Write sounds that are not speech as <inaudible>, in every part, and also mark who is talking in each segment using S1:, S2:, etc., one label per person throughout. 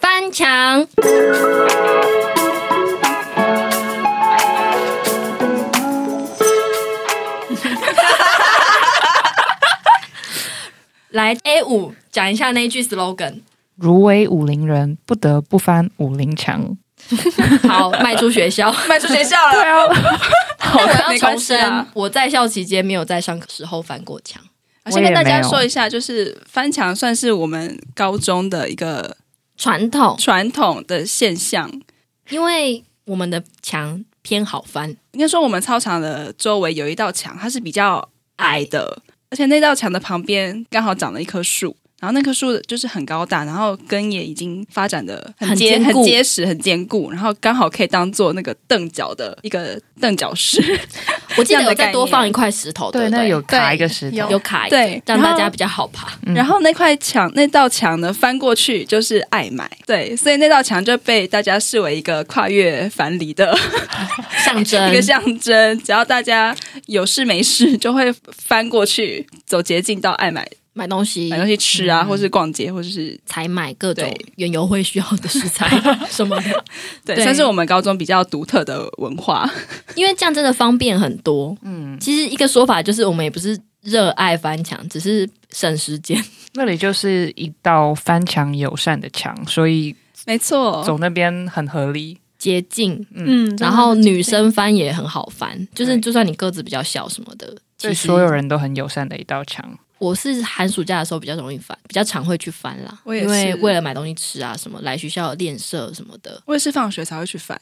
S1: 正常。 <laughs> 来 A 五讲一下那句 slogan。
S2: 如为武陵人，不得不翻武陵墙。
S3: <laughs>
S1: 好，卖出学校。
S3: 卖出学校了。对 <laughs>
S2: 啊，
S3: 好
S1: 我要
S3: 没关
S1: 重
S3: 系
S1: 申，
S3: 啊。
S1: 我在校期间没有在上课时候翻过墙。
S3: 我先跟大
S2: 我也
S3: 家
S2: 没有
S3: 说一下，就是翻墙算是我们高中的一个
S1: 传统，
S3: 传统的现象。
S1: 因为我们的墙偏好翻，
S3: 应该说，我们操场的周围有一道墙，它是比较矮的，而且那道墙的旁边刚好长了一棵树，然后那棵树就是很高大，然后根也已经发展的很
S1: 很
S3: 结
S1: 坚
S3: 很
S1: 固
S3: 结实、很坚固，然后刚好可以当做那个凳脚的一个凳脚石。
S1: 我记
S3: 这样
S1: 得
S3: 的
S1: 有再
S3: 概
S1: 多
S3: 念
S1: 放一块石头，对不
S2: 对，
S1: 对，
S2: 那有卡一个
S4: 对
S2: 石头
S4: 有。
S1: 有卡一个，
S3: 对
S1: 让
S3: 然后
S1: 大家比较好爬。
S2: 嗯
S3: 然后那块墙那道墙呢，翻过去就是爱买，对，所以那道墙就被大家视为一个跨越藩篱的
S1: 象征
S3: 一个象征。只要大家有事没事，就会翻过去走捷径到爱买
S1: 买东西
S3: 买东西吃啊，或是逛街，或者是
S1: 采买各种
S3: 对
S1: 园游会需要的食材什么的，
S3: 对，
S1: 对
S3: 算是我们高中比较独特的文化。
S1: 因为这样真的方便很多。嗯，其实一个说法就是，我们也不是热爱翻墙，只是省时间。
S2: 那里就是一道翻墙友善的墙，所以
S3: 没错，
S2: 走那边很合理。
S1: 捷径，
S4: 嗯，真的
S1: 然后
S4: 很
S1: 女
S4: 接近
S1: 生翻也很好翻，就是
S2: 对
S1: 就算你个子比较小什么的，
S2: 对
S1: 其实
S2: 所有人都很友善的一道墙。
S1: 我是寒暑假的时候比较容易翻，比较常会去翻啦。
S3: 我也是
S1: 因为为了买东西吃啊，什么来学校练社什么的，
S3: 我也是放学才会去翻，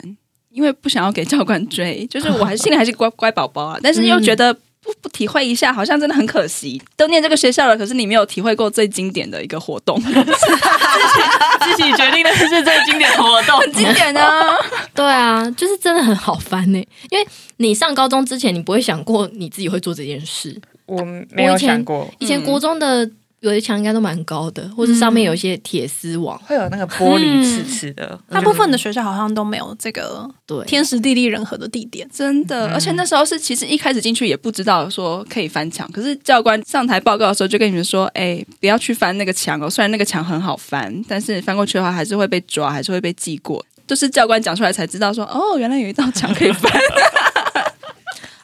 S3: 因为不想要给教官追，就是我还是心里还是乖乖宝宝啊，但是又觉得不不体会一下，好像真的很可惜。都念这个学校了，可是你没有体会过最经典的一个活动，
S2: 自己决定的是最经典活动。
S3: 经典啊！
S1: 对啊，就是真的很好翻呢、因为你上高中之前，你不会想过你自己会做这件事。
S2: <laughs> 我没有想过
S1: 以
S3: 嗯
S1: 前国中的有些墙应该都蛮高的，或是上面有一些铁丝网。
S2: 会有那个玻璃刺刺的，
S4: 大部分的学校好像都没有这个
S1: 对，
S4: 天时地利人和的地点。
S3: 真的，而且那时候是其实一开始进去也不知道说可以翻墙，可是教官上台报告的时候就跟你们说，哎、不要去翻那个墙哦，虽然那个墙很好翻，但是翻过去的话还是会被抓，还是会被记过。就是教官讲出来才知道说，哦，原来有一道墙可以翻。
S1: <laughs>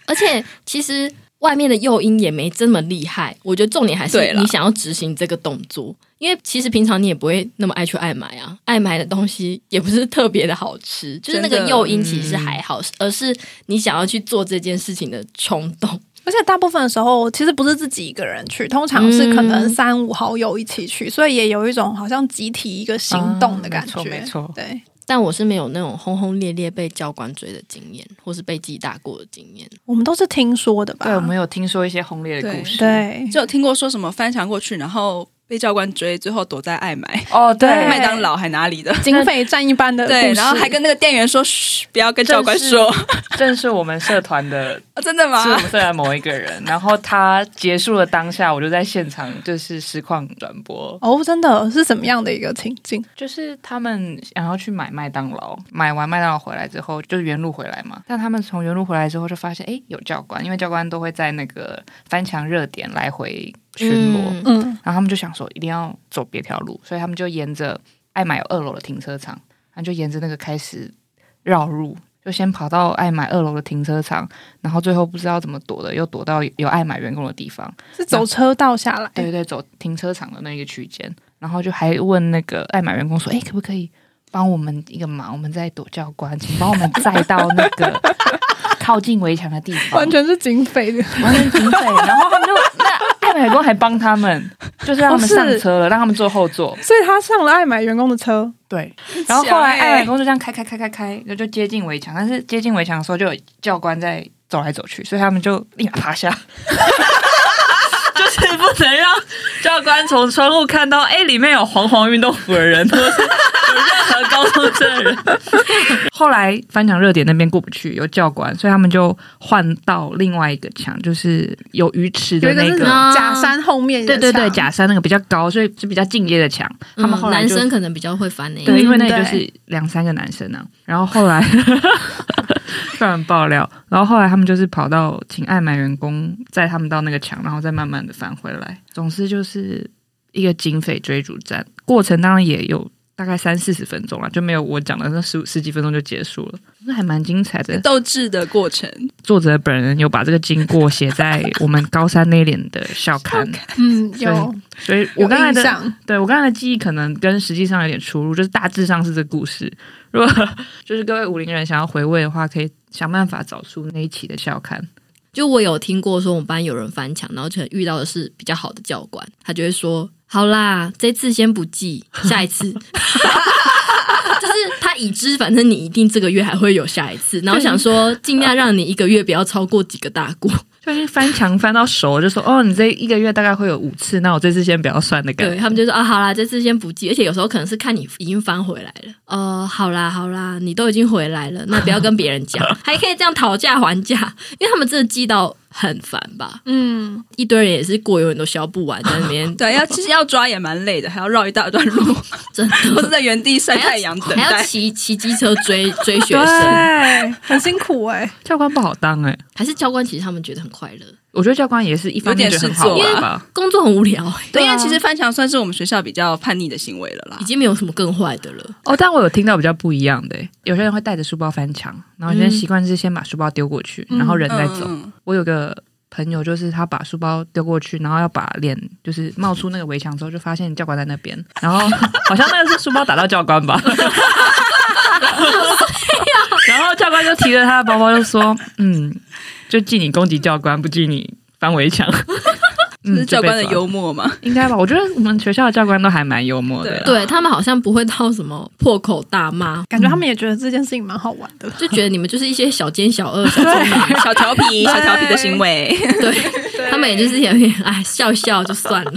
S1: 而且其实外面的诱因也没这么厉害。我觉得重点还
S3: 对
S1: 是
S3: 啦
S1: 你想要执行这个动作，因为其实平常你也不会那么爱去爱买啊，爱买的东西也不是特别的好吃，
S3: <laughs>
S1: 就是那
S3: 真
S1: 个
S3: 的
S1: 诱因其实还好，而是你想要去做这件事情的冲动。 <laughs>
S4: 而且大部分的时候，其实不是自己一个人去，通常是可能三五好友一起去，所以也有一种好像集体一个行动的感觉。
S2: 嗯啊没错没错
S4: 对
S1: 但我是没有那种轰轰烈烈被教官追的经验，或是被记大过的经验。
S4: 我们都是听说的吧？
S2: 对我们有听说一些轰烈的故事。
S4: 对
S3: 就有听过说什么翻墙过去，然后被教官追，最后躲在爱买、
S2: 哦，对，
S4: 对
S3: 麦当劳还哪里的。
S4: 警匪战一
S1: 呃
S4: 般的故
S3: 对，
S4: 事，
S3: 然后还跟那个店员说，嘘，不要跟教官说。
S2: 正是我们社团的，
S3: 啊真
S2: <laughs>
S3: 的
S2: 是我
S3: 吗
S2: 们？社团某一个人。然后他结束了当下，我就在现场就是实况转播。
S4: <laughs> 哦，真的是怎么样的一个情境？
S2: 就是他们想要去买麦当劳，买完麦当劳回来之后，就是原路回来嘛。但他们从原路回来之后，就发现诶有教官，因为教官都会在那个翻墙热点来回巡逻，
S1: 嗯
S4: 嗯，
S2: 然后他们就想说一定要走别条路，所以他们就沿着爱买有二楼的停车场，然后就沿着那个开始绕路，就先跑到爱买二楼的停车场，然后最后不知道怎么躲的，又躲到有爱买员工的地方。
S4: 是走车道下来，
S2: 对对对，走停车场的那个区间，然后就还问那个爱买员工说：“哎、可不可以帮我们一个忙？我们在躲教官，请帮我们载到那个靠近围墙的地方。”
S4: 完全是警
S2: <laughs>
S4: 匪的。
S2: 完全警匪，然后他们就那爱买员工还帮他们，就是让他们
S4: 哦是
S2: 上车了，让他们坐后座。
S4: 所以他上了爱买员工的车，
S2: 对，然后后来
S3: 很强欸
S2: 爱买公就这样开开开开开，那就接近围墙，但是接近围墙的时候就有教官在走来走去，所以他们就立马趴下。 <laughs> 就是不能让教官从窗户看到，哎、里面有黄黄运动服的人，或是有任何高中生的人。后来翻墙热点那边过不去，有教官，所以他们就换到另外一个墙，就是有鱼池
S4: 有
S2: 的
S4: 一个
S2: 那
S4: 是
S2: 个，
S1: 啊
S4: 假山后面的
S2: 对对对，
S4: 墙
S2: 假山那个比较高，所以是比较进阶的墙。他们
S1: 嗯、
S2: 后来
S1: 男
S2: 就
S1: 生可能比较会翻那、
S2: 对，因为那
S4: 嗯
S2: 里就
S4: 对
S2: 是两三个男生呢、啊。然后后来 <laughs> 突然爆料，然后后来他们就是跑到请爱买员工载他们到那个墙，然后再慢慢的返回来。总之就是一个警匪追逐战，过程当然也有。大概三四十分钟啦，就没有我讲的那十十几分钟就结束了，那还蛮精彩的。
S3: 斗志的过程，
S2: 作者本人有把这个经过写在我们高三那一年的校刊，
S4: 嗯，
S2: 所以
S4: 有
S2: 所以我
S4: 有
S2: 刚才
S4: 印
S2: 的
S4: 象，
S2: 对我刚才的记忆可能跟实际上有点出入，就是大致上是这故事。如果就是各位武林人想要回味的话，可以想办法找出那一期的校刊。
S1: 就我有听过说我们班有人翻墙，然后可能遇到的是比较好的教官，他就会说：“好啦，这次先不记，下一次。” <laughs> 就是他已知，反正你一定这个月还会有下一次，然后想说尽量让你一个月不要超过几个大过。
S2: 就是翻墙翻到熟，就说哦，你这一个月大概会有五次，那我这次先不要算的感
S1: 对
S2: 觉。
S1: 他们就说啊，好啦，这次先不记，而且有时候可能是看你已经翻回来了，呃，好啦好啦，你都已经回来了，那不要跟别人讲，还可以这样讨价还价，因为他们真的记到很烦吧，
S4: 嗯，
S1: 一堆人也是过永远都消不完，在那边
S3: 对，要其实要抓也蛮累的，还要绕一大段路，
S1: <laughs> 真
S3: 或
S1: 的
S3: 者在原地晒
S1: 还要
S3: 太阳等
S1: 还要
S3: 待。
S1: 骑骑机车追追学生，
S4: 对，很辛苦哎、
S2: 教官不好当哎、
S1: 还是教官其实他们觉得很快乐，
S2: 我觉得教官也是一方面觉得很好
S3: 有点事
S2: 玩
S3: 做
S2: 吧。
S1: 工作很无聊、
S3: 对，因为其实翻墙算是我们学校比较叛逆的行为了啦
S1: 啊已。经没有什么更坏的了，
S2: 哦，但我有听到比较不一样的欸、有些人会带着书包翻墙，然后有些人习惯是先把书包丢过去，然后人再走。
S3: 嗯嗯
S2: 我有个朋友，就是他把书包丢过去，然后要把脸就是冒出那个围墙之后，就发现教官在那边，然
S3: <laughs>
S2: 后好像那个是书包打到教官吧。然后教官就提着他的包包，就说：“嗯，就记你攻击教官，不记你翻围墙。”
S3: <laughs>
S2: 嗯
S3: 这是教官的
S2: 就被抓
S3: 幽
S1: <laughs>
S3: 默嘛？
S2: 应该吧？我觉得我们学校的教官都还蛮幽默的啦。
S1: 对他们好像不会到什么破口大骂，
S4: 感觉他们也觉得这件事情蛮好玩的。
S1: 就觉得你们就是一些小奸小恶、小
S3: 小调皮，小调皮的行为。
S1: 对，他们也就是有点哎笑笑就算了。